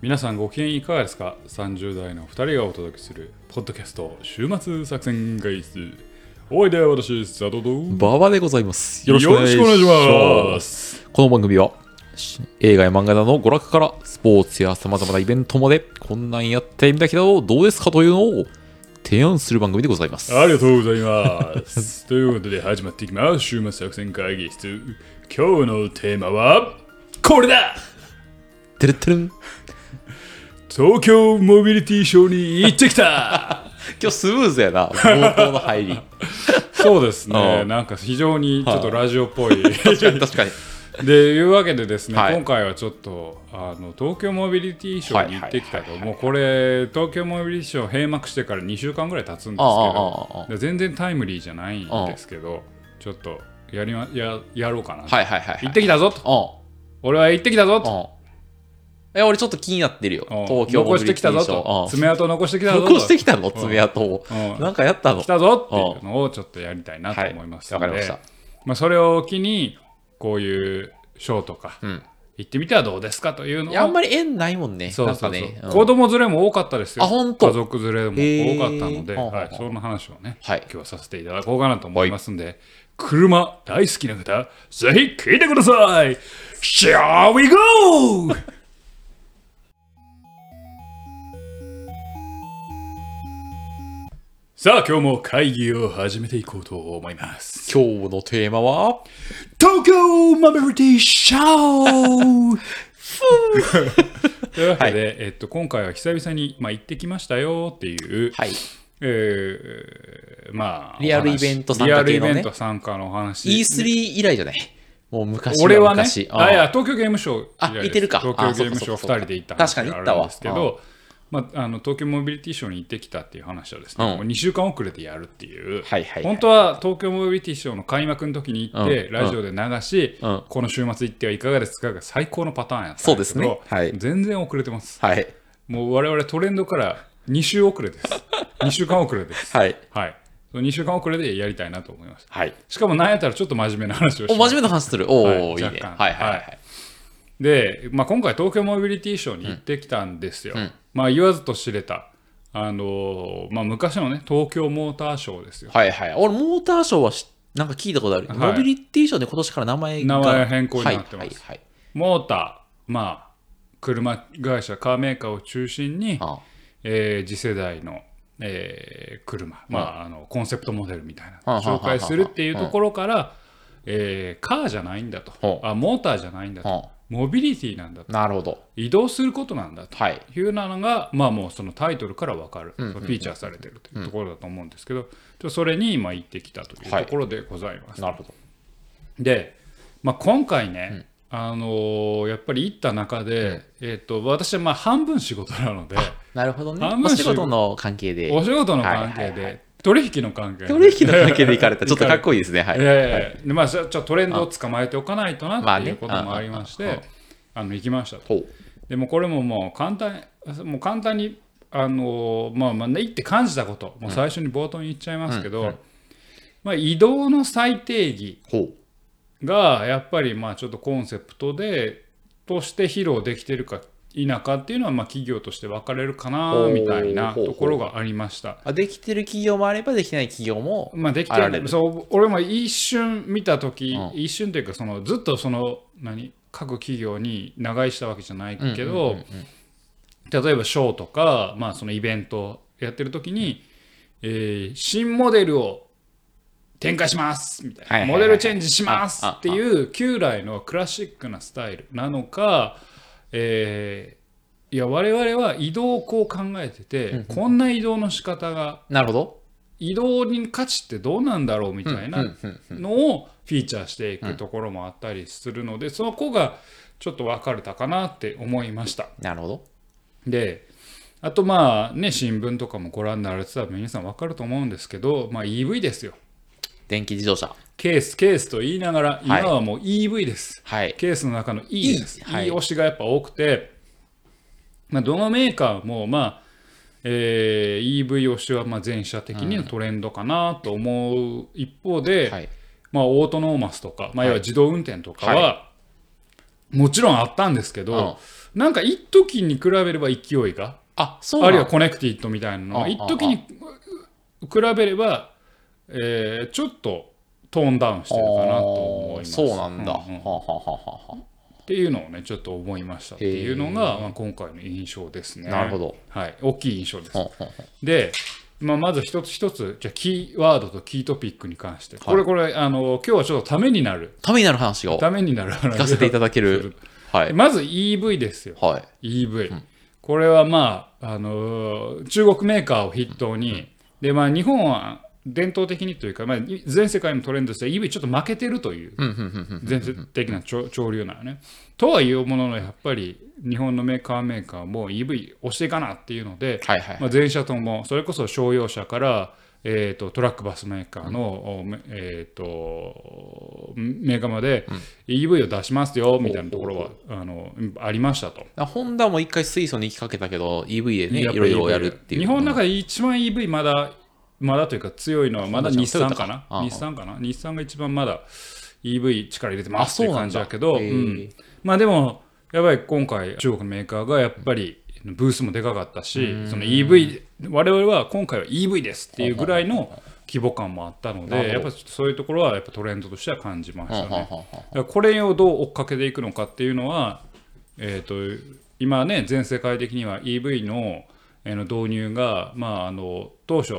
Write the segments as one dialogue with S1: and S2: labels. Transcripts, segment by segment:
S1: 皆さんご機嫌いかがですか ?30 代の2人がお届けするポッドキャスト週末作戦会議室おいで私佐藤と
S2: 馬場でございます。。
S1: よろしくお願いしますす
S2: この番組はし映画や漫画などの娯楽からスポーツやさまざまなイベントまでこんなんやってみたけどどうですかというのを提案する番組でございます。
S1: ありがとうございます ということで始まっていきます週末作戦会議室今日のテーマはこれだ
S2: てるってるん
S1: 東京モビリティショーに行ってきた
S2: 今日スムーズやな、冒頭の入り。
S1: そうです ね
S2: うん
S1: なんか非常にちょっとラジオっぽい
S2: 確かに確かに。
S1: でいうわけでですね、
S2: はい
S1: 今回はちょっとあの東京モビリティショーに行ってきたと、
S2: はいはいはいはい
S1: もうこれ東京モビリティショー閉幕してから2週間ぐらい経つんですけど
S2: ああああああ
S1: で全然タイムリーじゃないんですけどちょっとやり、ま、ややろうかな、
S2: はいはいはい、はい。
S1: 行ってきたぞと俺は行ってきたぞ
S2: うん
S1: と
S2: うん。え、俺ちょっと気になってるよ。
S1: うん
S2: 東京モ
S1: 残
S2: ビ
S1: して
S2: リ
S1: き
S2: テ
S1: た
S2: ィ
S1: ぞ
S2: ショー
S1: と
S2: うん
S1: 爪痕残してきたぞと
S2: 残してきたの爪痕を
S1: う。ん
S2: なんかやったの
S1: 来たぞっていうのをちょっとやりたいなと思います
S2: わ
S1: の
S2: か
S1: で、
S2: りました。
S1: まあ、それを機にこういうショーとか
S2: うん。
S1: 行ってみてはどうですかというの
S2: い
S1: を
S2: やあんまり縁ないもんね。
S1: そうそうそう
S2: なんかね。うん
S1: 子供連れも多かったですよ。
S2: あほんと
S1: 家族連れも多かったので、
S2: へー
S1: はい
S2: ほうほう、ほう
S1: その話をね、
S2: はい
S1: 今日はさせていただこうかなと思いますんで、車大好きな方、ぜひ聞いてください !Shall we go! さあ今日も会議を始めていこうと思います。
S2: 今日のテーマは
S1: 東京モビリティショ ーというわけで、えっと、今回は久々に、まあ、行ってきましたよっていう、
S2: はい。
S1: えーまあ、
S2: リアル
S1: お話
S2: イベント参加
S1: リ
S2: 系のね
S1: アルイベント参加のお話
S2: E3 以来じゃないもう昔
S1: 俺はね
S2: 昔、
S1: あいや
S2: あ
S1: 東京ゲームショウ以来です
S2: あいてるか
S1: 東
S2: あ
S1: 京ゲームショウ
S2: そうかそうか
S1: 2人で行った
S2: 確かに
S1: あ
S2: 行
S1: る
S2: ったわ
S1: んですけど、まあ、あの東京モビリティショーに行ってきたっていう話はですね、
S2: うん
S1: もう2週間遅れてやるっていう、
S2: はいはいはい
S1: 本当は東京モビリティショーの開幕の時に行って、
S2: うん
S1: ラジオで流し、
S2: うん
S1: この週末行ってはいかがですかが最高のパターンやったん
S2: そうですね
S1: けど
S2: はい
S1: 全然遅れてます
S2: はい。
S1: もう我々トレンドから2週遅れ です2週間遅れです
S2: はい。
S1: はいその2週間遅れでやりたいなと思いました
S2: はい。
S1: しかもなんやったらちょっと真面目な話をして
S2: お、真面目な話する。お
S1: はい
S2: お、い、い
S1: 若
S2: ね。
S1: 干
S2: はいはいは。
S1: はいで、まあ、今回東京モビリティショーに行ってきたんですよ、
S2: ん
S1: まあ、言わずと知れた、あのーまあ、昔のね東京モーターショーですよ
S2: はいはい。俺、モーターショーはしなんか聞いたことある。
S1: はい
S2: モビリティショーで今年から名前
S1: 名
S2: が。
S1: 前変更になってます
S2: はいはい
S1: モーターまあ車会社カーメーカーを中心に、
S2: はい。
S1: えー次世代の、えー車、まあ、あのコンセプトモデルみたいな
S2: はあはあはあ
S1: 紹介するっていうところから、えーカーじゃないんだと
S2: ほう
S1: あモーターじゃないんだ
S2: うん
S1: とモビリティなんだと
S2: うんなるほど。
S1: 移動することなんだと
S2: はい。
S1: いうなのが、まあ、もうそのタイトルから分かる、
S2: んうん
S1: そのフィーチャーされてるというところだと思うんですけど、ちょっとそれに今行ってきたという
S2: はい
S1: ところでございます。
S2: なるほど。
S1: で、まあ、今回ね、あのーやっぱり行った中で、えっと私はまあ半分仕事なので、
S2: なるほどね。
S1: あん
S2: お
S1: ま
S2: 仕事の関係で。
S1: お仕事の関係で、
S2: はいはいは
S1: 取引の関係で
S2: 取引の関係で行か れた。ちょっとかっこいいですね。はい。
S1: ええでまあ、じゃあちょっとトレンドを捕まえておかないと
S2: ま
S1: な
S2: あ
S1: ってい
S2: ね
S1: うこともありまし
S2: うんうん
S1: て
S2: うん、
S1: あの行きましたと。
S2: ほう。
S1: でもこれももう簡単もう簡単にあのまあまあいって感じたこともう最初に冒頭に言っちゃいますけど、
S2: うんうん
S1: まあ、移動の最定義
S2: ほう。
S1: がやっぱりまあちょっとコンセプトでとして披露できてるか否かっていうのはまあ企業として分かれるかなみたいな
S2: ほうほうほう
S1: ところがありました。
S2: あできてる企業もあれば、できてない企業も。
S1: まあ、でき
S2: あ
S1: て
S2: られ
S1: る
S2: る
S1: そう俺も一瞬見た時、
S2: う
S1: 一瞬というかそのずっとその何各企業に長居したわけじゃないけど、
S2: うんうんうんうん
S1: 例えばショーとか、まあ、そのイベントやってる時に、えー新モデルを展開しますみたいな、
S2: はいはいはいは
S1: モ
S2: い
S1: デルチェンジします
S2: ああ
S1: っていう旧来のクラシックなスタイルなのか、えーいや我々は移動をこう考えてて、
S2: うんうん
S1: こんな移動の仕方が
S2: なるほど。
S1: 移動に価値ってどうなんだろうみたいな
S2: うんうんうん
S1: のをフィーチャーしていくところもあったりするので、その子がちょっと分かれたかなって思いました。
S2: なるほど。
S1: であとまあね新聞とかもご覧になられてたら皆さん分かると思うんですけど、まあ、EV ですよ
S2: 電気自動車。
S1: ケースケースと言いながら今はもう EV です、
S2: はい。
S1: ケースの中の E です E,、
S2: E はい
S1: 推しがやっぱ多くて、まあ、どのメーカーもまあ、えー EV 推しはまあ全社的にのトレンドかなと思う一方で、
S2: はい。
S1: まあ、オートノーマスとか、まあ、
S2: はい
S1: 要は自動運転とかは、
S2: は
S1: もちろんあったんですけど、
S2: うん
S1: なんか一時に比べれば勢いが
S3: あ、そうな
S1: あ
S3: ん
S1: るいはコネクティッドみたいなの
S3: あ
S1: が一時に比べれば、えーちょっとトーンダウンしてるかなと思います。
S3: そうなんだ。
S1: う
S3: は
S1: んうん
S3: はははは
S1: っていうのをねちょっと思いましたっていうの
S3: へ
S1: が、
S3: ー
S1: まあ、今回の印象ですね。
S3: なるほど。
S1: はい、大きい印象です。
S3: ははは
S1: で、まあ、まず一つ一つじゃあキーワードとキートピックに関して、
S3: い
S1: これこれあの今日はちょっとためになる
S3: ためになる話を
S1: ためになる
S3: 聞
S1: 話
S3: かせていただける。はい。
S1: まず EV ですよ。
S3: はい。
S1: EV、これはまあ、あのー中国メーカーを筆頭に、でまあ、日本は伝統的にというか、まあ、い全世界のトレンドとして EV ちょっと負けてるという
S3: うん、うん、うん、
S1: 全世的な潮潮流なのね。とはいうもののやっぱり日本のメーカーメーカーも EV 押していかなっていうので、
S3: はいはい
S1: まあ、全社ともそれこそ商用車から、えー、とトラックバスメーカーの、おめえー、とメーカーまで EV を出しますよみたいなところは、あのありましたと。
S3: あホンダも一回水素に行きかけたけど、EV でね、い
S1: やっぱ
S3: ろいろやるっていう。
S1: 日本の中で一番 EV まだまだというか強いのはまだ
S3: そうだ
S1: 日産か
S3: トヨ
S1: な
S3: タかああ
S1: 日産かな日産が一番まだ EV 力入れてま
S3: あ、
S1: す
S3: そ
S1: っ
S3: う
S1: ていう
S3: なん
S1: 感じ
S3: だ。
S1: だけど、
S3: へ
S1: うん
S3: ー
S1: まあでもやばい今回中国のメーカーがやっぱりブースもでかかったしその EV 我々は今回は EV ですっていうぐらいの規模感もあったの
S3: なるほ
S1: で
S3: ど
S1: やっぱちょっとそういうところはやっぱトレンドとしては感じました
S3: は
S1: ね。
S3: ははは
S1: だからこれをどう追っかけていくのかっていうのは、えー、と今ね全世界的には EV の,、えーの導入が、まあ、あの当初、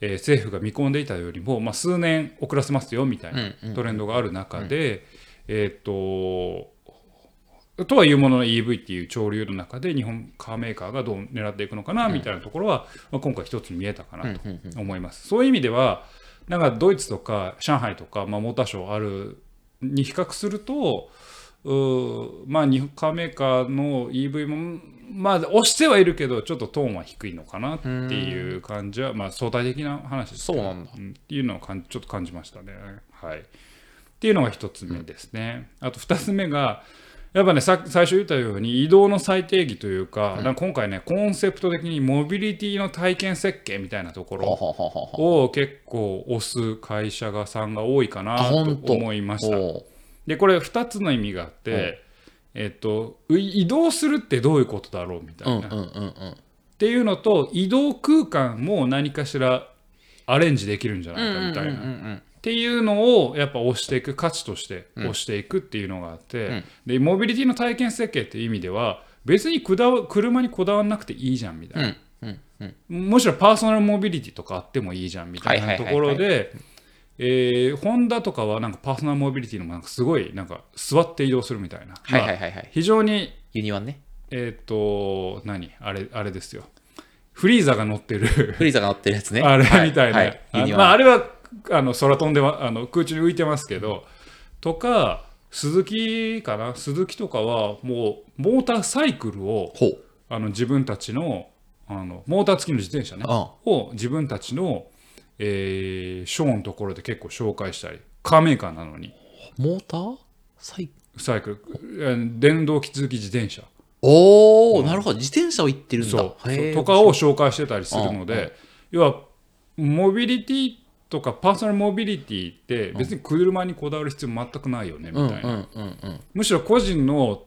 S1: えー政府が見込んでいたよりも、まあ、数年遅らせますよみたい
S3: うんうんう
S1: なんトレンドがある中で、えー、ととはいうものの EV っていう潮流の中で日本カーメーカーがどう狙っていくのかなみたいなところは、まあ、今回一つ見えたかなと
S3: うんうんうん
S1: 思います。そういう意味ではなんかドイツとか上海とか、まあ、モーターショーあるに比較するとうーまあ日本カーメーカーの EV もまあ押してはいるけどちょっとトーンは低いのかなっていう感じはまあ相対的な話です
S3: そうなんだ。
S1: うんっていうのをかんちょっと感じましたね。はい、っていうのが一つ目ですね。あと二つ目がやっぱねさ最初言ったように移動の最定義というか,、なんか今回ねコンセプト的にモビリティの体験設計みたいなとこ
S3: は
S1: ろ
S3: はははは
S1: を結構推す会社がさんが多いかな
S3: あ
S1: と
S3: ほんと
S1: 思いました。
S3: おう
S1: でこれ2つの意味があって、えっと、う移動するってどういうことだろうみたい
S3: うん
S1: な、
S3: うん
S1: っ
S3: うんうん。
S1: ていうのと移動空間も何かしらアレンジできるんじゃないかみたいな、
S3: うんうんうんうん
S1: っていうのをやっぱ押していく価値として押していくっていうのがあって、でモビリティの体験設計っていう意味では別にこだわ車にこだわらなくていいじゃんみたいな。
S3: うんうんうん
S1: むしろパーソナルモビリティとかあってもいいじゃんみたい
S3: はい
S1: な
S3: は
S1: と
S3: いはい
S1: こ
S3: は
S1: ろ
S3: い
S1: で、えーホンダとかはなんかパーソナルモビリティのもなんかすごいなんか座って移動するみたいな、
S3: はいは
S1: ま
S3: い
S1: あ
S3: はいはい。
S1: 非常に、
S3: ユニワンね。
S1: えっと何あれあれですよフリーザが乗ってる
S3: フリーザが乗ってるやつね。
S1: あれ
S3: は
S1: みたいな、
S3: はユ
S1: あ
S3: ニ
S1: まあ、
S3: ワ
S1: あ
S3: ン。
S1: れはあの空飛んではあの空中に浮いてますけど、とか鈴木かな鈴木とかはもうモーターサイクルを
S3: ほう。
S1: あの自分たちのあのモーター付きの自転車ね、
S3: あ
S1: を自分たちの、えーショーのところで結構紹介したりカーメーカーなのに
S3: モーターサイ
S1: サイクルえー電動機続き自転車
S3: おお、なるほど。自転車を行ってるんだ。
S1: そう
S3: へー
S1: とかを紹介してたりするの
S3: うんう
S1: で要はモビリティとかパーソナルモビリティって別に車にこだわる必要全くないよねみ
S3: うんうん
S1: たいな、
S3: うんうん。
S1: むしろ個人の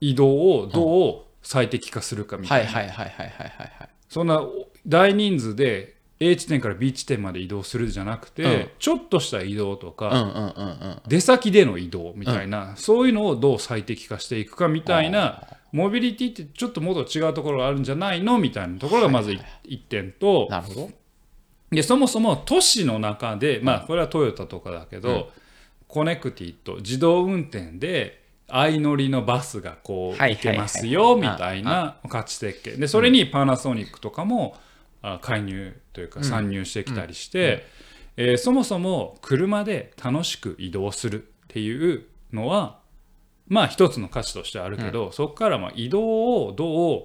S1: 移動をどう最適化するかみたい
S3: は
S1: な、
S3: いはいはいはいはいはいはい。
S1: そんな大人数で A 地点から B 地点まで移動するじゃなくて、
S3: うん
S1: ちょっとした移動とか、
S3: うんうんうんうん。
S1: 出先での移動みたいな、そういうのをどう最適化していくかみたいなモビリティってちょっともっと違うところがあるんじゃないのみたいなところがまずい一点と
S3: なるほど。
S1: でそもそも都市の中でまあこれはトヨタとかだけど、コネクティと自動運転で相乗りのバスがこう
S3: はいはい
S1: 行
S3: はい
S1: けますよみたいな価値設計でそれにパナソニックとかもあ介入というか参入してきたりして、えーそもそも車で楽しく移動するっていうのはまあ一つの価値としてあるけど、そこからまあ移動をどう、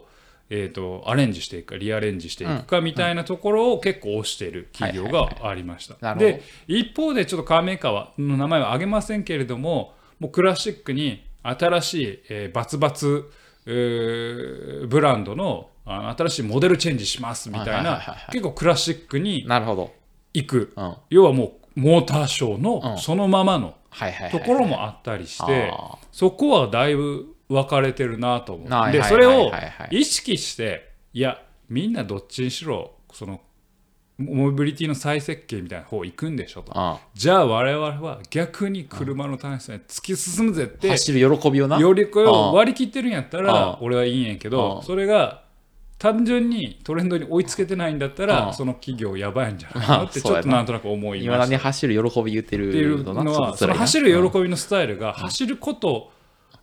S1: えー、とアレンジしていくかリアレンジしていくかみたいなところを結構推してる企業がありました。
S3: なるほど
S1: で一方でちょっとカーメーカーはの名前は挙げませんけれどももうクラシックに新しい、えーバツバツえーブランドのあの新しいモデルチェンジしますみたい
S3: はいはい
S1: な
S3: はいはい
S1: 結構クラシックに
S3: なるほど。
S1: 行く
S3: うん。はい
S1: 要はもうモーターショー
S3: うん
S1: のそのままの
S3: はいはい。
S1: ところもあったりして、
S3: あー
S1: そこはだいぶ分かれてるなと思
S3: は
S1: う。
S3: い
S1: で
S3: はい
S1: それ
S3: はい
S1: を
S3: はいはい
S1: 意識していやみんなどっちにしろそのモビリティの再設計みたいな方行くんでしょと。
S3: あ
S1: じゃあ我々は逆に車の単車に突き進むぜって
S3: 走る喜びをな
S1: よりこれ
S3: ああ
S1: を割り切ってるんやった
S3: ああ
S1: ら俺はいいんやけ
S3: ああ
S1: どそれが単純にトレンドに追いつけてないんだった
S3: ああ
S1: らその企業やばいんじゃないのってち
S3: そう
S1: ょ
S3: や
S1: っ
S3: な
S1: となんとなく思い
S3: い
S1: ま
S3: ま
S1: した
S3: だに走る喜び言って
S1: ってい
S3: る
S1: う
S3: の
S1: の
S3: な
S1: はその走る喜びのスタイルが走ること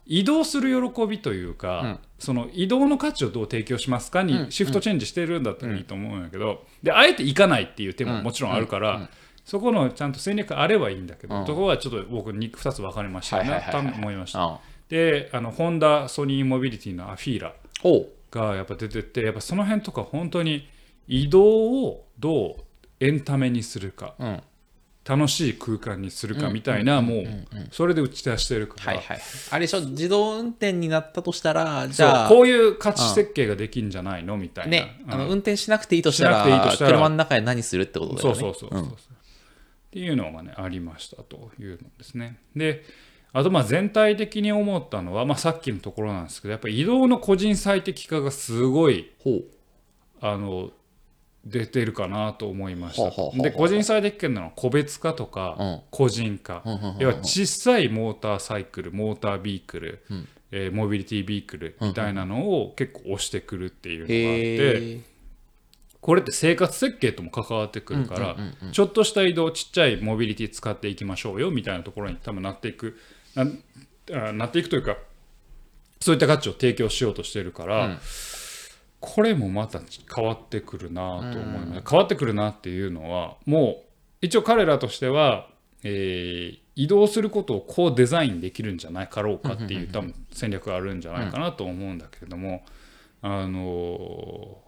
S1: 移動する喜びというか、
S3: うん
S1: その移動の価値をどう提供しますか
S3: うん
S1: にシフトチェンジしてるんだったらいいと思うんやけどであえて行かないっていう手ももちろんあるから、そこのちゃんと戦略あればいいんだけど、
S3: うん
S1: そこはちょっと僕 2, 2つ分かれましたよね、
S3: はいはいはいはい
S1: と思いました。
S3: あ
S1: であのホンダソニーモビリティのアフィーラ
S3: おう
S1: がやっぱ出てってやっぱその辺とか本当に移動をどうエンタメにするか
S3: うんはい
S1: 楽しい空間にするかみたいな、もうそれで打ち出してるから、
S3: はいはいあれでしょ自動運転になったとしたらじ
S1: そう
S3: ゃあ
S1: こういう価値設計ができんじゃないのみたいな、
S3: ね
S1: うん
S3: あの運転しなくていいとしたら
S1: しなくていいとしたら
S3: 車の中で何するってことだよ
S1: そ
S3: ね
S1: うそうそうそうそう、っていうのがねありましたというのですねであとまあ全体的に思ったのは、まあ、さっきのところなんですけどやっぱり移動の個人最適化がすごい
S3: ほう
S1: あの出てるかなと思いました
S3: ほうほうほうほう
S1: で個人最適化なのは個別化と
S3: う
S1: か
S3: ん
S1: 個人化、
S3: うんうんうんうん
S1: 要は小さいモーターサイクルモータービークル、
S3: ん
S1: えーモビリティビークルみたいなのを結構押してくるっていうのがあって、
S3: へえ
S1: これって生活設計とも関わってくるから、
S3: うんうんうん
S1: ちょっとした移動ちっちゃいモビリティ使っていきましょうよみたいなところに多分なっていくなあなっていくというかそういった価値を提供しようとしてるから、
S3: うん
S1: これもまた変わってくるなと思います、変わってくるなっていうのはもう一応彼らとしては、えー移動することをこうデザインできるんじゃないかろうかっていう多分戦略があるんじゃないかなと思うんだけれども、あの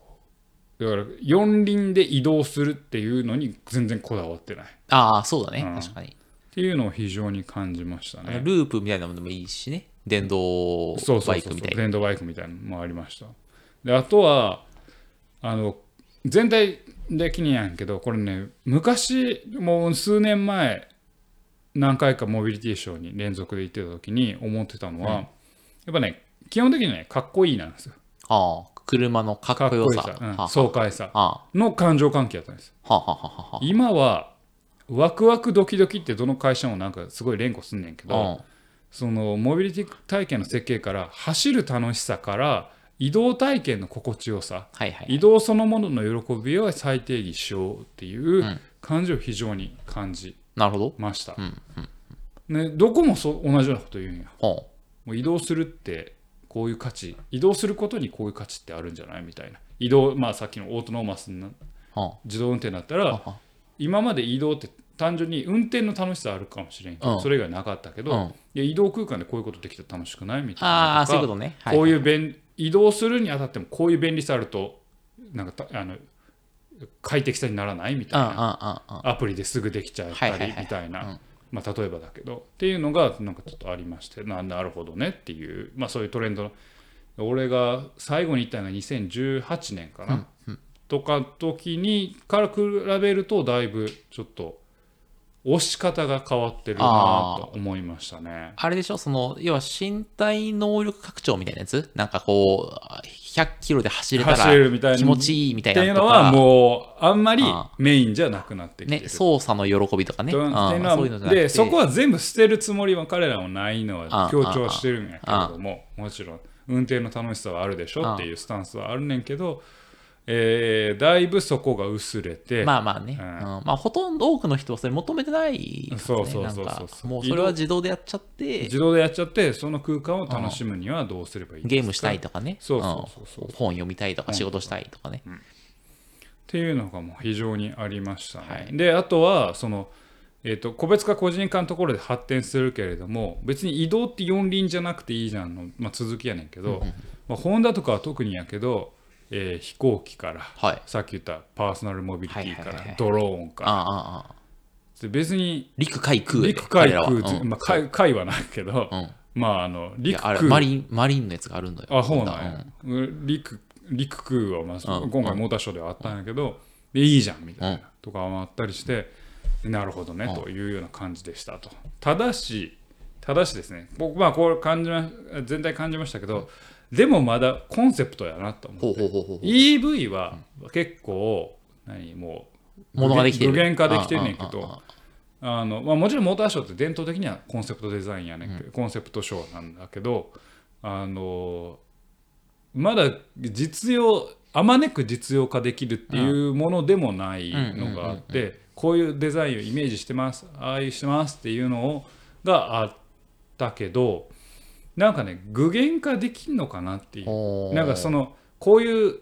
S1: ーだから四輪で移動するっていうのに全然こだわってないっ
S3: ああそうだね
S1: うん
S3: 確かに
S1: ていうのを非常に感じましたね。
S3: ループみたいなものでもいいしね電動
S1: そうそ
S3: バ
S1: うそう
S3: イ
S1: そ
S3: ク
S1: う
S3: みたいな
S1: 電動バイクみたいなのもありましたであとはあの全体的にやんけどこれね昔もう数年前何回かモビリティショーに連続で行ってた時に思ってたのは、やっぱね基本的にねかっこいいなんですよ
S3: ああ車のかっ
S1: かっ
S3: こ
S1: こ
S3: よ
S1: よ
S3: さ
S1: さ、
S3: は
S1: うん、
S3: あ
S1: 爽快さ
S3: は
S1: の感情関係だったんです
S3: あはあはあはあは
S1: 今はワクワクドキドキってどの会社もなんかすごい連呼すんねんけど、
S3: あうん
S1: そのモビリティ体験の設計から走る楽しさから移動体験の心地よさ
S3: はいはい
S1: 移動そのものの喜びを再定義しようっていううん感じを非常に感じ
S3: なるほど
S1: ました
S3: う、ん
S1: ね、どこもそう同じようなこと言うんや
S3: ほ
S1: もう移動するってこういう価値移動することにこういう価値ってあるんじゃないみたいな移動まあさっきのオートノーマスな
S3: うほ
S1: 自動運転だった
S3: うは
S1: ら
S3: あは
S1: 今まで移動って単純に運転の楽しさあるかもしれんけど、
S3: うん
S1: それ以外なかったけど、
S3: うん
S1: いや移動空間でこういうことできたら楽しくないみたい
S3: ああ
S1: な
S3: そういう
S1: と
S3: こ
S1: か
S3: とねは
S1: こう
S3: い
S1: いう便移動するにあたってもこういう便利さあるとなんかたあの快適さにならないみた
S3: うん
S1: い
S3: うんうん
S1: な
S3: うん
S1: アプリですぐできちゃっ
S3: はい
S1: た
S3: はいはい
S1: り
S3: はい
S1: みたいうなんまあ例えばだけどっていうのがなんかちょっとありましてななるほどねっていうまあそういうトレンドの俺が最後に行ったのが2018年かなとか時にから比べるとだいぶちょっと押し方が変わってるなと思いましたね。
S3: あれでしょその要は身体能力拡張みたいなやつなんかこう100キロで走れた
S1: 走れ
S3: ら
S1: るみたいな
S3: 気持ちいいみた
S1: っ
S3: い
S1: て
S3: な
S1: いう
S3: と
S1: の
S3: か
S1: はもうあんまり
S3: あ
S1: メインじゃなくなってきてる。
S3: ね操作の喜びとかね
S1: と
S3: うん
S1: っていうのは
S3: そういうのじゃなくて
S1: でそこは全部捨てるつもりは彼らもないの
S3: あ
S1: は
S3: あ
S1: 強調してるんやけれどももちろん運転の楽しさはあるでしょっていうスタンスはあるねんけど、えーだいぶそこが薄れて、
S3: まあまあね、う
S1: うんん
S3: まあほとんど多くの人はそれ求めてないからね、
S1: そうそうそうそう
S3: なんか
S1: そう
S3: もうそれは自動でやっちゃって
S1: 自動でやっちゃってその空間を楽しむにはどうすればいいですか
S3: ゲームしたいとかね
S1: そうそうそうそう
S3: 本読みたいとか仕事したいとかね、
S1: っていうのがもう非常にありましたね。
S3: はい
S1: であとはその、えー、と個別化個人化のところで発展するけれども別に移動って四輪じゃなくていいじゃんの、まあ、続きやねんけど、まあ、ホンダとかは特にやけど、えー飛行機から、
S3: はい
S1: さっき言ったパーソナルモビリティから、
S3: はいはいはいはい
S1: ドローンか
S3: あ
S1: ら
S3: あああああ
S1: で別に
S3: 陸海空で
S1: 陸
S3: 彼
S1: 海
S3: らは
S1: 空、
S3: うん
S1: まあ、海海はないけど、
S3: うん
S1: まああの
S3: い
S1: 陸
S3: やあ
S1: 空
S3: れマリンマリンのやつがあるんだよ
S1: あ、そう
S3: だ
S1: なんや。うん陸陸空は、まあ
S3: うん
S1: 今回モーターショーではあったんやけど、でいいじゃんみたい
S3: うん
S1: なとかもあったりして、なるほどね
S3: うん
S1: というような感じでしたと。ただし、ただしですね僕まあこれ感じま全体感じましたけどでもまだコンセプトやなと思って
S2: ほうほうほうほう。
S1: EV は結構、何もう
S2: ものができてる。
S1: 具現化できてるねんけ
S2: あああああ
S1: どあの、まあ、もちろんモーターショーって伝統的にはコンセプトデザインやねんけど、コンセプトショーなんだけどあのまだ実用あまねく実用化できるっていうものでもないのがあってこういうデザインをイメージしてますああいうしてますっていうのをがあったけどなんかね具現化できんのかなっていう
S2: ほう
S1: なんかそのこういう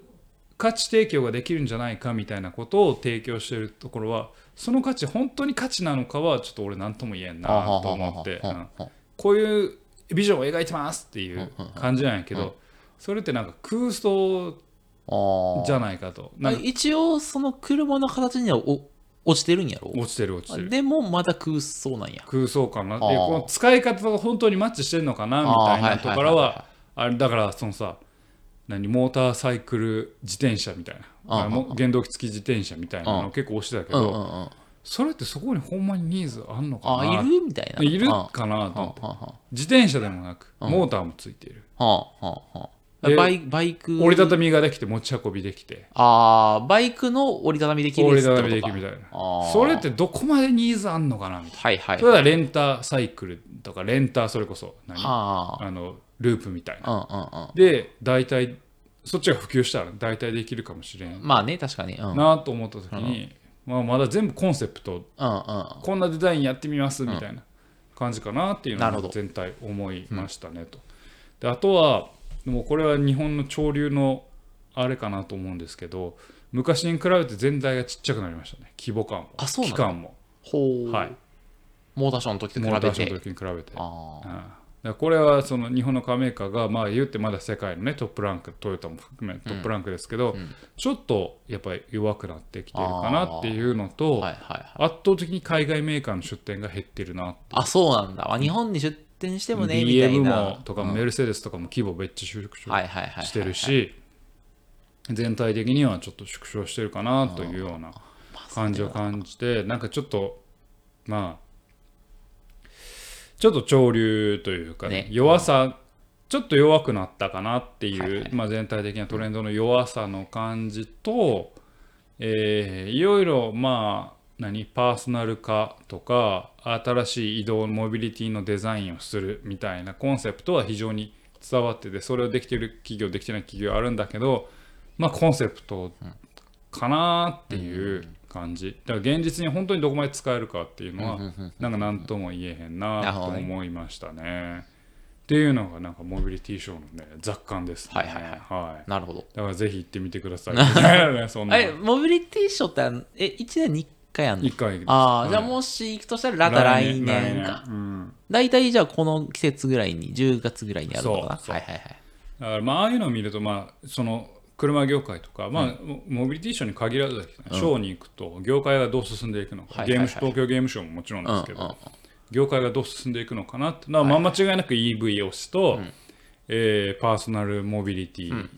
S1: 価値提供ができるんじゃないかみたいなことを提供してるところはその価値本当に価値なのかはちょっと俺何とも言えんなと思って
S2: あは
S1: うん
S2: ははは
S1: こういうビジョンを描いてますっていう感じなんやけどそれってなんか空想
S2: ああ
S1: じゃないかとなんか
S2: 一応その車の形にはお落ちてるんやろ
S1: 落ちてる落ちてる
S2: でもまだ空想なんや
S1: 空想感な
S2: あー
S1: でこの使い方が本当にマッチしてるのかなみたいなところはあれだからそのさ何モーターサイクル自転車みたい
S2: あ
S1: な
S2: あ
S1: あの原動機付き自転車みたいなの結構推してたけ
S2: うんうんう
S1: ど
S2: ん
S1: それってそこにほんまにニーズあんのか
S2: あ
S1: ない
S2: るみたいない
S1: る
S2: は
S1: かなと
S2: あ
S1: 思っ
S2: は
S1: て
S2: あは
S1: 自転車でもなくモーターもついている
S2: あはあはあはあ
S1: で
S2: バイバイク
S1: 折りたたみができて持ち運びできて
S2: ああバイクの折りたたみできる
S1: 折
S2: や
S1: りたた
S2: つってことか
S1: みできるみたいな
S2: あー
S1: それってどこまでニーズあんのかなみたいな
S2: はいはい
S1: それはレンタサイクルとかレンタそれこそ何
S2: あ
S1: あのループみたいな
S2: あうんうんうん
S1: で大体そっちが普及したら大体できるかもしれん
S2: まあね確かにうんうんうん
S1: なと思った時に、まあ、まだ全部コンセプト
S2: あ
S1: こんなデザインやってみますみたいな感じかなっていう
S2: なる
S1: の
S2: ほ
S1: が
S2: ど
S1: 全体思いましたねと。であとはもうこれは日本の潮流のあれかなと思うんですけど昔に比べて全体がちっちゃくなりましたね規模感も
S2: あそうな
S1: 期
S2: の
S1: 間も
S2: ほう
S1: はい
S2: モーターショーの時と比
S1: モータ
S2: べ
S1: ーショー
S2: て
S1: の時に比べて。
S2: あ
S1: う
S2: あ
S1: んだからこれはその日本のカメーカーがまあ言ってまだ世界のねトップランクトヨタも含めトップランクですけど、ちょっとやっぱり弱くなってきてるかなっていうのと、
S2: はいはいはい
S1: 圧倒的に海外メーカーの出店が減ってるな
S2: あそうなんだあ日本に出店してもねみたい
S1: BM
S2: な
S1: もとか
S2: うん
S1: メルセデスとかも規模めっちゃ縮小
S2: はいはいはいはい
S1: してるし全体的にはちょっと縮小してるかなというような感じを感じてなんかちょっとまあちょっと潮流というかね
S2: ね
S1: 弱さちょっと弱くなったかなって
S2: はい
S1: い
S2: は
S1: う
S2: い
S1: まあ全体的なトレンドの弱さの感じとえーいろいろまあ何パーソナル化とか新しい移動モビリティのデザインをするみたいなコンセプトは非常に伝わっててそれをできてる企業できてない企業あるんだけどまあコンセプトかなっていう感じだから現実に本当にどこまで使えるかっていうのはなんか何とも言えへん
S2: なる
S1: なと
S2: ほどね
S1: 思いましたね。っていうのがなんかモビリティショーのね雑感ですね。
S2: はいはいはい
S1: はい
S2: なるほど
S1: だからぜひ行ってみてください。みたいなね そんな
S2: あれモビリティショーってあのえ1年に1回やんの
S1: 一回です
S2: あ
S1: は
S2: あ
S1: い
S2: じゃあもし行くとしたらまた来年か
S1: 来年うん
S2: 大体じゃあこの季節ぐらいに10月ぐらいにやるのかな
S1: そうそう
S2: はいはいはい
S1: だからまあああいうのを見るとまあその車業界とか、まあモモビリティショーに限らずだけどね、ショーに行くと業界がどう進んでいくのか、
S2: はいはいはい
S1: ゲームシ東京ゲームショーももちろんですけど、
S2: うんうん
S1: 業界がどう進んでいくのかなってのは、まあ間違いなく EV 推しと、えーパーソナルモビリティ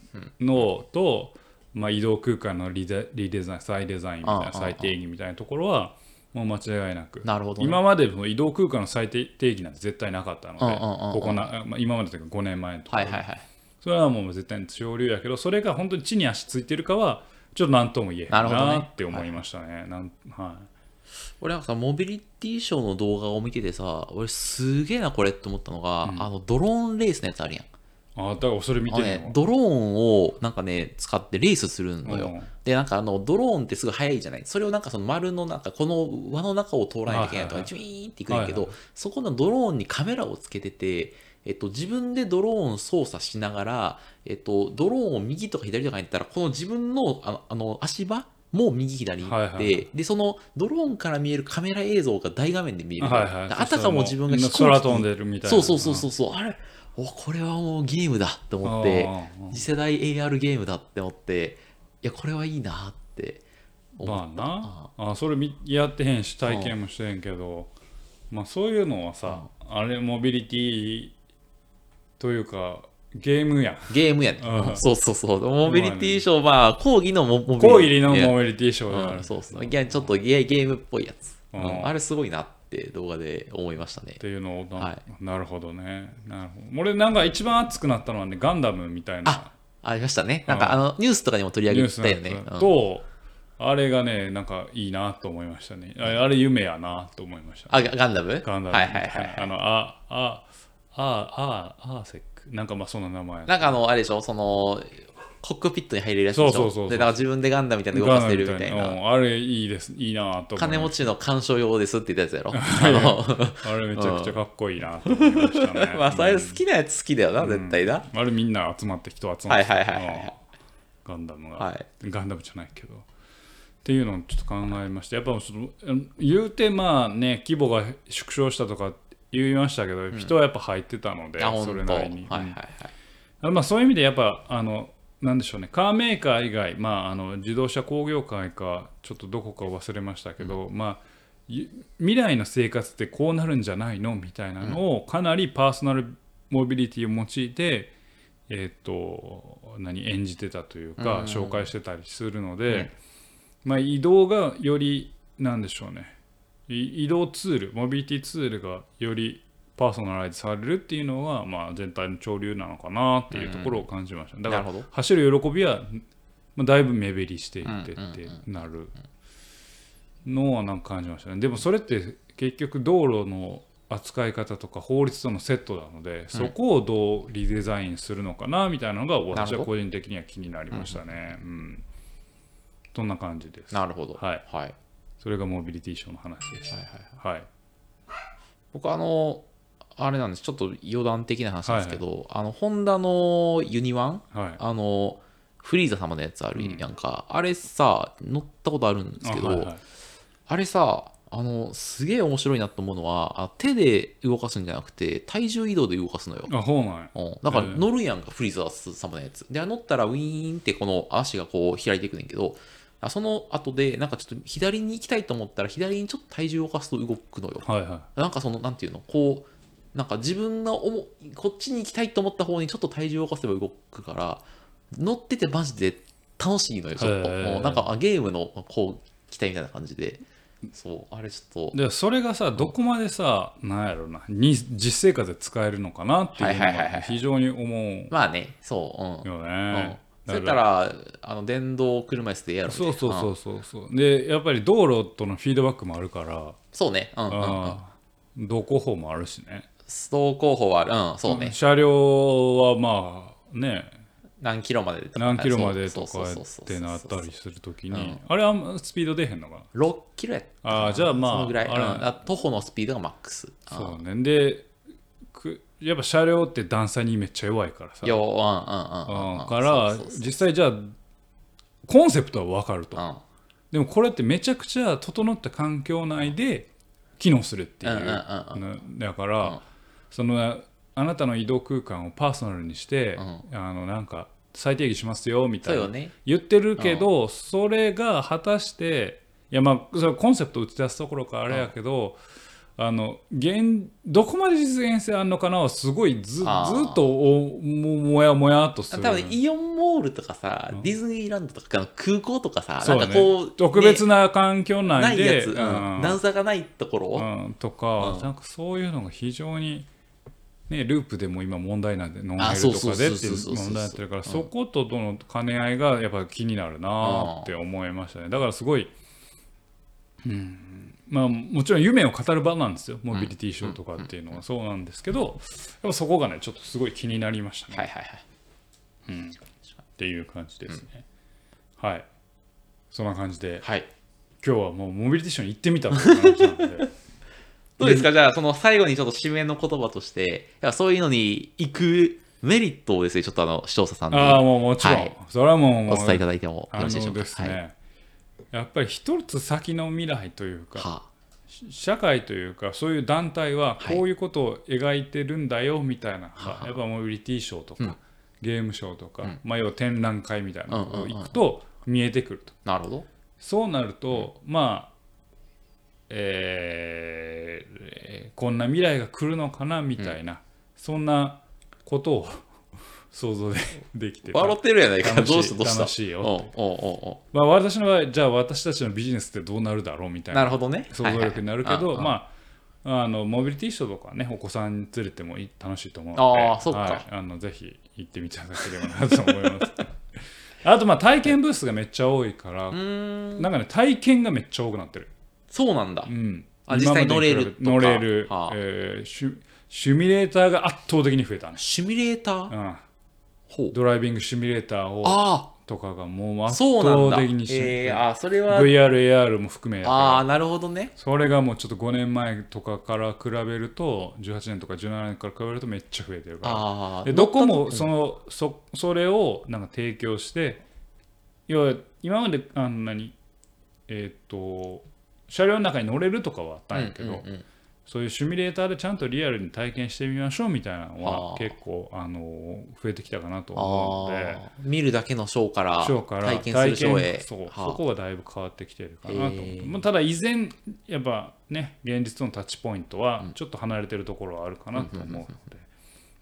S1: のと、まあ、移動空間のリデリデザイン再デザインみたい
S2: うんうんう
S1: なん再定義みたいなところはもう間違いなく
S2: なるほどね
S1: 今までの移動空間の最定義なんて絶対なかったので、
S2: うんうんうんうん
S1: ここな、まあ、今までというか5年前のとこ
S2: は
S1: ろ
S2: いはいはい
S1: それはもう絶対に潮流やけどそれが本当に地に足ついてるかはちょっと何とも言えへん
S2: なるほどね
S1: なって思いましたね。なんは
S2: 俺なんかさモビリティショーの動画を見ててさ俺すげえなこれって思ったのが、あのドローンレースのやつあるやん
S1: い、あだからそれ見
S2: あ
S1: て
S2: の
S1: る
S2: ね
S1: の
S2: ドローンをなんかね使ってレースするのよ、
S1: うん
S2: でなんかあのドローンってすぐ速いじゃないそれをなんかその丸の中この輪の中を通らないといけないと
S1: はいはいは
S2: か
S1: い
S2: ジュイーンっていくんやけど、
S1: はい
S2: そこのドローンにカメラをつけててえっと、自分でドローン操作しながら、えっと、ドローンを右とか左とかに行ったら、この自分のあのあの足場も右左に行って、
S1: はいはい
S2: で、そのドローンから見えるカメラ映像が大画面で見える。
S1: はいはい、
S2: あたかも自分が飛行機に
S1: 空飛んでるみたいな。
S2: そうそうそうそうそう、あれおこれはもうゲームだって思って
S1: うんうんうん
S2: 次世代 AR ゲームだって思っていやこれはいいなって思った
S1: まあなあそれみやってへんし体験もしてへんけど、まあ、そういうのはさ、あれモビリティというかゲームやん
S2: ゲームやね、
S1: うん
S2: そうそうそうモビリティショーまあ講義のモモビリ
S1: こう入りの
S2: いや
S1: モビリティショーだか
S2: う
S1: ら
S2: んそうそういやちょっとゲゲームっぽいやつ、
S1: う
S2: うんんあれすごいなっって動画で思いましたね
S1: っていうのをな,、
S2: は
S1: るほどねなるほど俺なんか一番熱くなったのはねガンダムみたいな
S2: あありましたねなんかあのニュースとかにも取り
S1: ニュ
S2: 上
S1: ースな
S2: げてた
S1: んで
S2: よ
S1: す
S2: ね
S1: が、
S2: うん
S1: とあれがねなんかいいなと思いましたねあれあれ夢やなと思いました
S2: あガガンダム
S1: ガンダム
S2: はいはいはい
S1: あのああああああセックなんかまあそんな名前
S2: なんかあの、あれでしょ、その、コックピットに入れるやつでしょ。
S1: そうそうそうそう
S2: で、なんか自分でガンダムみたいなの動かせるみたい
S1: うん
S2: な。
S1: あれいいですいいなと思いました
S2: 金持ちの鑑賞用ですって言ったやつ やろ。あ
S1: あれめちゃくちゃかっこいいなと思いましたね
S2: の まあ、それ好きなやつ好きだよな、絶対な。
S1: あれみんな集まって人集まって
S2: はいはいはいはいはい
S1: ガンダムが、
S2: はい
S1: ガンダムじゃないけどっていうのをちょっと考えましたやっぱその言うてまあね規模が縮小したとか言いましたけど、人はやっぱ入ってたので
S2: あ、ほ
S1: それ
S2: んと。
S1: な
S2: はい
S1: り
S2: は
S1: に
S2: い、はい。
S1: うんまあ、そういう意味でやっぱあのなんでしょうねカーメーカー以外、まあ、あの自動車工業界かちょっとどこか忘れましたけど、まあゆ未来の生活ってこうなるんじゃないのみたいなのをかなりパーソナルモビリティを用いて、えーっと何演じてたというか、
S2: うん
S1: 紹介してたりするので、
S2: うん
S1: まあ、移動がよりなんでしょうねい移動ツールモビリティツールがよりパーソナライズされるっていうのが、まあ、全体の潮流なのかなっていうところを感じました、だか
S2: な
S1: ら
S2: るほど
S1: 走る喜びは、まあ、だいぶ目減りしていってってなるのはなんか感じましたねでもそれって結局道路の扱い方とか法律とのセットなのでそこをどうリデザインするのかなみたいなのが
S2: なる
S1: 私
S2: ほ
S1: は
S2: ど
S1: 個人的には気になりましたね。うん、そんな感じです。
S2: なるほど。
S1: はい。
S2: はい。
S1: それがモビリティショーの話でした。はいはい
S2: 僕あのあれなんですちょっと余談的な話なんですけど、あのホンダのユニワン、
S1: はい
S2: あのフリーザ様のやつあるやんか、あれさ乗ったことあるんですけどあ,、
S1: はいはい
S2: れさあのすげえ面白いなと思うのはあ手で動かすんじゃなくて体重移動で動かすのよ、
S1: あ、そうなんや。
S2: うん、だから
S1: ええ
S2: 乗るやんか、フリーザ様のやつで乗ったらウィーンってこの足がこう開いていくねんけどあその後でなんかちょっと左に行きたいと思ったら左にちょっと体重を動かすと動くのよ
S1: はいは
S2: なんかその、なんていうの、こう、なんか自分が思うこっちに行きたいと思った方にちょっと体重を動かせば動くから、乗っててマジで楽しいのよ、ちょっと。
S1: へー
S2: もうなんかあゲームのこう、期待みたいな感じで。そう、あれちょっ
S1: い。
S2: と。
S1: で、それがさ、どこまでさ、なんやろな、に実生活で使えるのかなっていうの
S2: はいはいはいは
S1: が
S2: い
S1: 非常に思う
S2: まあね、そう、うん。
S1: よ
S2: うん
S1: ね。
S2: そうやったら、あの電動車椅子でやる
S1: そうそうそううそうそう。で、やっぱり道路とのフィードバックもあるから、
S2: そうね、うんうんうん。
S1: あー道交法もあるしね。
S2: ストー候補はある、うん、そうね。
S1: 車両はまあね、
S2: 何キロまでとか
S1: 何キロまでとか
S2: そうそう
S1: っ
S2: そうそう
S1: てなったりするとき
S2: う
S1: に
S2: ん、
S1: あれはあんまスピード出へんのかな
S2: 6キロやったかな
S1: あーじゃあまあ
S2: そのぐらい、うん
S1: あれ
S2: あ徒歩のスピードがマックス。うん
S1: そうね。で、くやっぱ車両って段差にめっちゃ弱いからさ。
S2: よう、うんうんうんうん
S1: う
S2: うんん。
S1: から
S2: そうそうそう
S1: 実際じゃあコンセプトは分かると
S2: うん
S1: でもこれってめちゃくちゃ整った環境内で機能するっていう
S2: うんうん
S1: なだから、
S2: うん
S1: そのあなたの移動空間をパーソナルにして、
S2: う
S1: あのなんか最定義しますよみた
S2: そう
S1: い
S2: よ
S1: な、
S2: ね。
S1: 言ってるけど、それが果たしていやまあそれはコンセプトを打ち出すところからあれやけど、あの現どこまで実現性あるのかなはすごいずず
S2: あー
S1: っとおももやもやっとす
S2: 多
S1: る
S2: 分イオンモールとかさ、ディズニーランドとかあの空港とかさ、
S1: そ
S2: な
S1: うんだ
S2: か
S1: ね
S2: こう、
S1: 特別
S2: ね
S1: な環境
S2: な
S1: 内
S2: い
S1: で、
S2: やつ、うん段差がないところ、
S1: うんとか、
S2: うん
S1: なんかそういうのが非常に、ね、ループでも今問題なんでノンヘ
S2: あ
S1: ル
S2: そう
S1: と
S2: そう
S1: かでってい
S2: そう
S1: う
S2: そうそうそ
S1: 問
S2: う
S1: 題になってるからそことどの兼ね合いがやっぱ気になるなって思いましたねだからすごい、うんまあ、もちろん夢を語る場なんですよモビリティショーとかっていうのはそうなんですけどやっぱそこがねちょっとすごい気になりましたね、
S2: はいはいはい。
S1: っていう感じですね、はいそんな感じで
S2: はい。
S1: 今日はもうモビリティショーに行ってみたという話なの で。
S2: どうですか、じゃあ、その最後にちょっと締めの言葉として、いやそういうのに行くメリットをですね、ちょっとあの視聴者さんに
S1: ああ、もうもちろん。
S2: はい
S1: それはもう、
S2: お伝えいただいてもよ
S1: あ
S2: ろしいでしょ
S1: の
S2: うか。
S1: ですね、
S2: はい
S1: やっぱり一つ先の未来というか、
S2: は
S1: 社会というか、そういう団体は
S2: はい
S1: こういうことを描いてるんだよみたいなのが、
S2: は
S1: やっぱモビリティショーとか、
S2: うん
S1: ゲームショーとか、
S2: ん
S1: まあ、要は展覧会みたいなの
S2: うんうん
S1: を
S2: うん
S1: 行くと見えてくると。
S2: なるほど。
S1: そうなると、まあ、えーえーこんな未来が来るのかなみたいな、そんなことを 想像でできてた
S2: 笑ってるやないか。
S1: 楽しい
S2: どうしたどうした
S1: 楽しいよ
S2: おうおうおうお
S1: まあ、私の場合じゃあ私たちのビジネスってどうなるだろうみ
S2: う
S1: たい
S2: な
S1: な
S2: るほどね。
S1: 想像力になるけ
S2: はいはい
S1: ど
S2: はい
S1: まああのモビリティショーとかねお子さん連れてもいい楽しいと思うので
S2: あーそっか
S1: はい、あのぜひ行ってみていただければなと思います あとまあ体験ブースがめっちゃ多いから、
S2: うーん
S1: なんかね体験がめっちゃ多くなってる、
S2: そうなんだ
S1: うん、
S2: あ実際
S1: 今までに比べ
S2: 乗れると
S1: 乗
S2: か
S1: れる、
S2: はあ
S1: えーシュシュミュレーターが圧倒的に増えたね、
S2: シミュレーター
S1: うん、
S2: ほう
S1: ドライビングシミュレーターを
S2: あ
S1: とかがもう
S2: あ
S1: 圧
S2: そうなん
S1: 倒
S2: だ
S1: 的に占めて
S2: え
S1: る
S2: ー、あーそれは
S1: VRAR も含めだから
S2: ああなるほどね
S1: それがもうちょっと5年前とかから比べると18年とか17年から比べるとめっちゃ増えてるか
S2: あ
S1: ら
S2: あ
S1: でどこもそのそそれをなんか提供して要は今まであんなにえっ、と車両の中に乗れるとかはあったんやけど、
S2: うんうんうん
S1: そういうシミュレーターでちゃんとリアルに体験してみましょうみたいなの
S2: あ
S1: は
S2: ー
S1: 結構あの増えてきたかなと思うので
S2: あ。あ見るだけのショーから
S1: ショーから
S2: 体験するショーへ
S1: 体験そう、
S2: はあ
S1: そこはだいぶ変わってきてるかなと思って
S2: へえ
S1: まあ、ただ依然やっぱね現実とのタッチポイントはちょっと離れてるところはあるかなと思うので、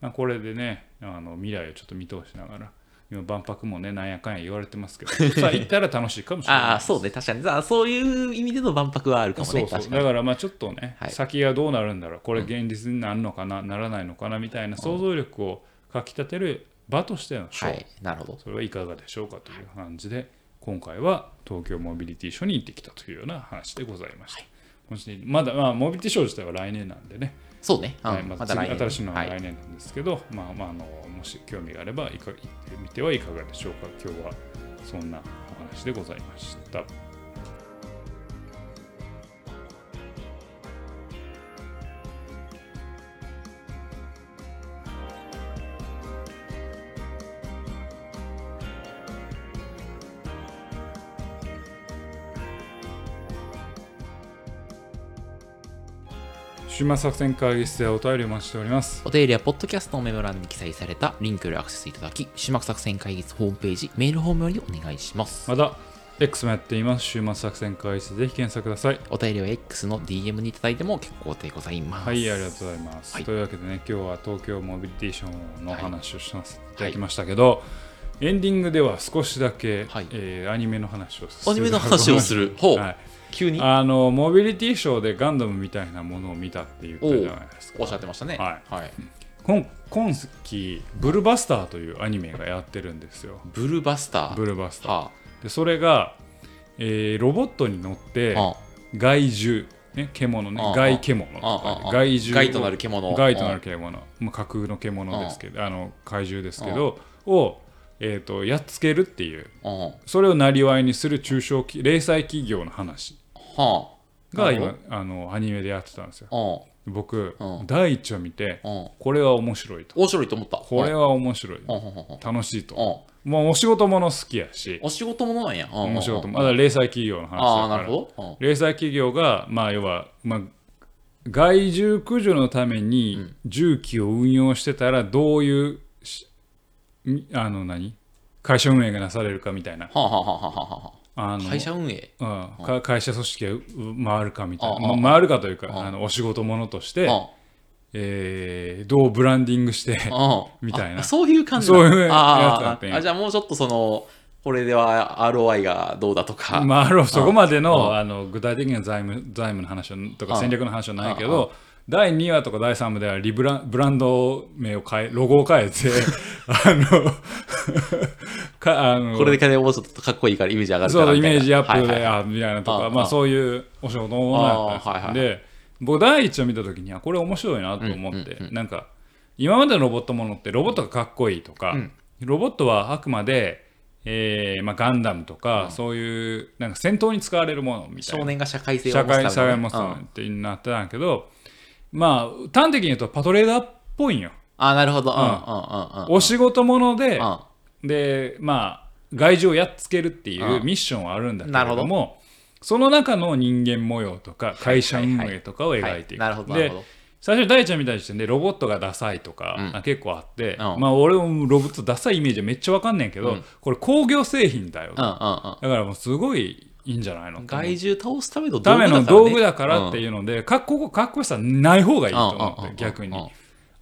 S1: まあ、これでねあの未来をちょっと見通しながら今万博もねなんやかんや言われてますけ どさあ行ったら楽しいかもしれない
S2: ああそうね確かにあそういう意味での万博はあるかも
S1: そ
S2: ね
S1: うそう
S2: 確か
S1: だ
S2: に
S1: からまあちょっとね、
S2: はい
S1: 先がどうなるんだろうこれ現実になるのかな、ならないのかなみたいな想像力をかきたてる場としてのショ
S2: は
S1: ー、
S2: いなるほど
S1: それはいかがでしょうかという感じで今回は東京モビリティショーに行ってきたというような話でございました。もしまだ、まあ、モビリティショー自体は来年なんでね、
S2: そうね、うん
S1: はい、ま
S2: ま
S1: た
S2: だ来
S1: 次
S2: 年
S1: 新しいのは
S2: は
S1: 来
S2: い、
S1: 年なんですけど、まあまああのもし興味があればいか行ってみてはいかがでしょうか今日はそんなお話でございました。週末作戦会議室でお便りをお待ちしております。
S2: お便りはポッドキャストのメモ欄に記載されたリンクよりアクセスいただき、種幕作戦会議室ホームページ、メールフォームよりお願いします。
S1: また X もやっています。週末作戦会議室でぜひ検索ください。
S2: お便りは X の DM にいただいても結構でございます。
S1: はい、ありがとうございます。
S2: はい
S1: というわけでね、今日は東京モビリティションのお話をさせていただきましたけど、エンディングでは少しだけ、
S2: はい
S1: えーアニメの話をする。
S2: アニメの話を する。ほう、
S1: はい、
S2: 急に
S1: あのモビリティショーでガンダムみたいなものを見たって言ったじゃないです
S2: お
S1: か
S2: っしゃってましたね。。
S1: はい今今期ブルバスターというアニメがやってるんですよ
S2: ブルーバスター。
S1: ブルバスター、
S2: は
S1: でそれが、えーロボットに乗って
S2: あ、は
S1: 害獣、ね、獣ね
S2: ああ
S1: 害獣と
S2: ああ
S1: か
S2: ああ
S1: 害
S2: あ、
S1: 獣を
S2: 害となる獣。
S1: 害となる獣、まあ、架空の獣ですけど、あの怪獣ですけど、を、えー、とやっつけるっていう
S2: うん。うん。は
S1: それをなりわいにする中小企零細企業の話
S2: あ。
S1: が
S2: な
S1: 今
S2: る
S1: あのアニメでやってたんですよ
S2: ほ
S1: 僕、
S2: うん
S1: 第一を見て
S2: ど。うん。うん。
S1: これは面白いと
S2: 面白いと思った。
S1: これ
S2: は。
S1: は面白い
S2: うん。うんうんうん
S1: 楽しいと
S2: うん。
S1: もうお仕事もの好きやし
S2: お仕事ものなんや。うんうんうん
S1: お仕事もまだ零細企業の話だから
S2: ああ、なるほど。うん
S1: 零細企業が、まあ、要は、まあ、害獣駆除のために重機を運用してたらどういうしみあの何会社運営がなされるかみたいな
S2: はあはあはあはあは
S1: あの
S2: あ。会社運営。
S1: うん、か会社組織がう回るかみたいな
S2: ああ
S1: ま回るかというか
S2: あ
S1: あのお仕事ものとして
S2: うん。
S1: えーどうブランディングして
S2: うん
S1: みたいな
S2: あそういう感じだ
S1: そういうやつだ
S2: あ
S1: ったん
S2: ー
S1: や
S2: あ、じゃあもうちょっとその、これでは ROI がどうだとか。
S1: まあ、あのそこまでのあの具体的な財務財務の話はとか
S2: あ
S1: 戦略の話はないけ
S2: あ
S1: ど第2話とか第3話ではリブランブランド名を変えロゴを変え てあの かあの
S2: これで金もうちょっとかっこいいからイメージ上がるか
S1: そ
S2: ら
S1: うイ
S2: みたい
S1: メ
S2: な
S1: ージアップで、
S2: はいはい
S1: あみたいなとか
S2: あ
S1: まあ、
S2: あ
S1: そういうお仕事のものだったんですよ
S2: あはいはい
S1: で僕第一を見た時にあこれ面白いなと思って、なんか今までのロボットものってロボットがかっこいいとか、ロボットはあくまで、えーまあ、ガンダムとか、そういうなんか戦闘に使われるものみたい
S2: 少
S1: な
S2: 年が社会性を
S1: 社
S2: 持つため
S1: 会
S2: の
S1: 社会もそう
S2: うん
S1: ってなってたんやけど、まあ端的に言うとパトレーダーっぽいんよ。
S2: あなるほど。うんうん
S1: ん
S2: うんうんうん。
S1: お仕事もので、
S2: うん
S1: でまあ害獣をやっつけるっていううんミッションはあるんだけ
S2: な
S1: れ
S2: るほ
S1: どもその中の人間模様とか会社運営とかを描いていく。
S2: はなるほど、なる
S1: で
S2: ほど。
S1: 最初に大ちゃんみたいにしてねロボットがダサいとか、あ結構あって、
S2: うん
S1: まあ俺もロボットダサいイメージめっちゃわかんねんけど、これ工業製品だよ、
S2: うん
S1: だ
S2: うんう
S1: か
S2: ん。
S1: らもうすごいいいんじゃないの
S2: 害獣倒すための道具だ
S1: た
S2: か
S1: め
S2: ら、ね。
S1: の道具だからって
S2: う
S1: いうので、かっこかっこよさない方がいいと思
S2: うんうん
S1: っ
S2: うん
S1: て逆
S2: うん
S1: に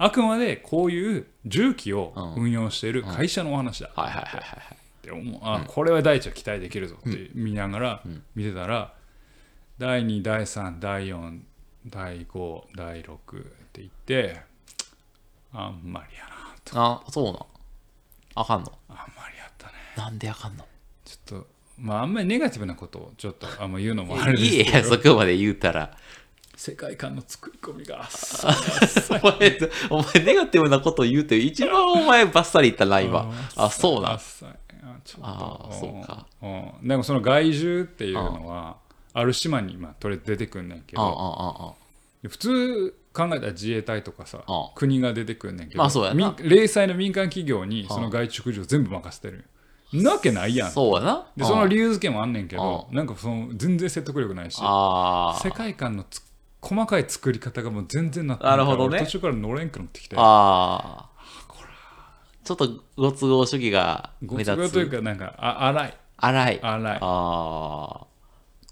S1: あくまでこういう重機を運用している会社のお話だ
S2: ん。はいはいはいはいはい。
S1: って思うあこれは第一は期待できるぞって見ながら見てたら、第2第3第4第5第6って言ってあんまりやなと
S2: あ、そうなん。あかんの。
S1: あんまりやったね
S2: なんであかんの
S1: ちょっとまああんまりネガティブなことをちょっとあんま言うのもあれで
S2: い
S1: す
S2: いや、
S1: けど
S2: そこまで言うたら。
S1: 世界観の作り込みが
S2: お前、お前ネガティブなこと言うて、一番お前バッサリ言ったな、今。あ、そうなん。
S1: 浅いあちょっと
S2: あーそうか
S1: うんでもその害獣っていうのはある島に今とりあえず出てくんねんけ
S2: ああ、
S1: ど
S2: ああ、あ
S1: 普通考えたら自衛隊とかさ
S2: あ
S1: 国が出てくんねんけど、
S2: まあそうやな
S1: 民零細の民間企業にその害虫駆除全部任せてるなわけないや
S2: あ。
S1: ん
S2: そうやな。
S1: でその
S2: あ
S1: 理由付けもあんねんけど
S2: あ
S1: なんかその全然説得力ないし
S2: あ
S1: 世界観のつ細かい作り方がもう全然なってい
S2: なるほどね
S1: 俺途中から乗れんくなってきて
S2: ああ。ちょっとご都合主義が
S1: ご
S2: 目
S1: 都合
S2: 立
S1: という
S2: つ。
S1: かなんかあ荒い
S2: 荒い。あ
S1: 荒い
S2: あ。
S1: こ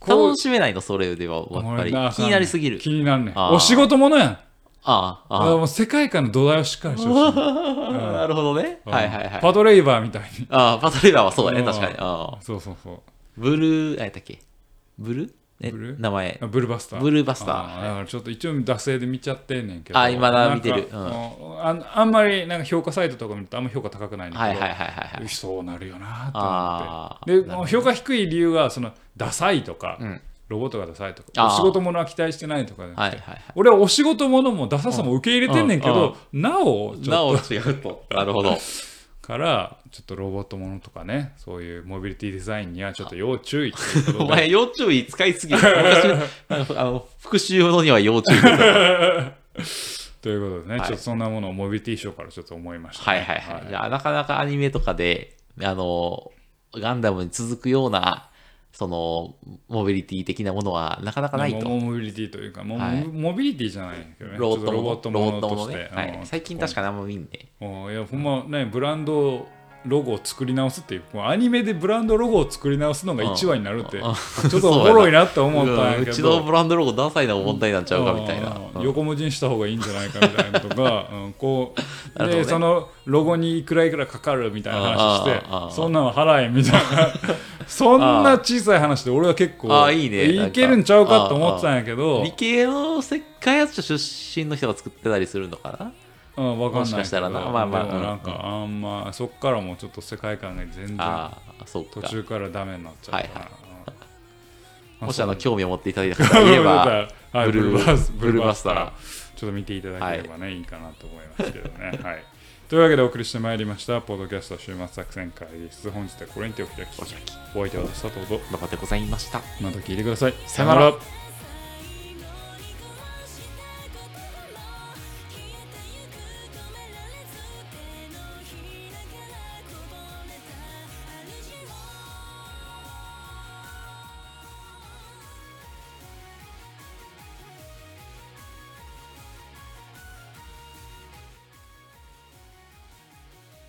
S1: う
S2: 楽しめないの、それでは、やっぱ
S1: 俺
S2: り
S1: な。
S2: 気になりすぎる。
S1: 気になんねん
S2: あー
S1: お仕事ものやん
S2: ああ、
S1: あ
S2: あ
S1: もう世界観の土台をしっかりしてほしい
S2: あ。なるほどね。
S1: うん
S2: はいはいはい。
S1: パトレイバーみたいに
S2: ああ、パトレーバーはそうだね、
S1: うん
S2: 確かに。ああ
S1: そうそうそう
S2: ブルー、何やったっけブルーえ
S1: ブルー
S2: 名前
S1: あ。ブルーバスター
S2: ブルーバスター
S1: あだからちょっと一応惰性で見ちゃってんねんけど
S2: あ今だ見てる
S1: なんかああんまりなんか評価サイトとか見るとあんま評価高くないねんけど
S2: はいはいはいはいはい。
S1: そうなるよな
S2: あ
S1: と思ってで評価低い理由はそのダサいとか、
S2: ん
S1: ロボットがダサいとか
S2: あー
S1: お仕事ものは期待してないとかじゃなくて
S2: はいはいはい。
S1: 俺はお仕事ものもダサさも受け入れてんねんけ
S2: うんうん
S1: ど、なおちょっ
S2: な
S1: と
S2: お違うと。なるほ ど。
S1: からちょっとロボットものとかねそういうモビリティデザインにはちょっと要注意っていうこと
S2: お
S1: で
S2: 前、要注意使い すぎる。私なんかあの、復習のには要注意。は
S1: ということでね、
S2: はい
S1: ちょっとそんなものをモビリティショーからちょっと思いました
S2: い
S1: ね、
S2: はいはい。じゃあ、なかなかアニメとかで、あの、ガンダムに続くような、その、モビリティ的なものはなかなかないと。
S1: モモビリティというかもう、
S2: はい
S1: モビリティじゃないんだけどね
S2: ロボット
S1: ちょっとロボ
S2: もの
S1: ットものと
S2: ロボットも
S1: し
S2: の
S1: て、
S2: ねはい、最近
S1: か
S2: 確かにあんま見んね。
S1: いやほんまねブランドロゴを作り直すっていうもうアニメでブランドロゴを作り直すのが1話になるって、
S2: うん
S1: ちょっとおもろいなって思ったんや
S2: う
S1: け
S2: ち
S1: ど、
S2: のブランドロゴダサいな問題になっちゃうかみたいな。
S1: うん横文字にした方がいいんじゃないかみたいなとか、うん、こう
S2: なるほど
S1: で
S2: ね
S1: そのロゴにいくらいくらかかるみたいな話して
S2: あーあー
S1: そんなの払えみたいなそんな小さい話で俺は結構
S2: あーいいねなんか
S1: けるんちゃうかと思ってたんやけど
S2: 理系の石灰圧所出身の人が作ってたりするのかな
S1: うん、わかんない
S2: もしかしたらな
S1: けど
S2: まあまあ
S1: でもなん
S2: う
S1: かあんまそっからもうちょっと世界観が全然
S2: ああ、そう
S1: 途
S2: か。
S1: 中からダメになっちゃったから、
S2: はい
S1: うん
S2: もしあ
S1: そ
S2: の
S1: う
S2: 興味を持っていただいた方 がいれば、
S1: はい、ブ
S2: ブルー
S1: ルーバス
S2: ブルーバスター
S1: ちょっと見ていただければね、い、いかなと思いますけどねはいというわけでお送りしてまいりましたポッドキャスト週末作戦会議室本日はこれにてお開き
S2: お開き
S1: お相手は私佐藤と
S2: 馬場でございました。
S1: 今時聞いてください
S2: さよなら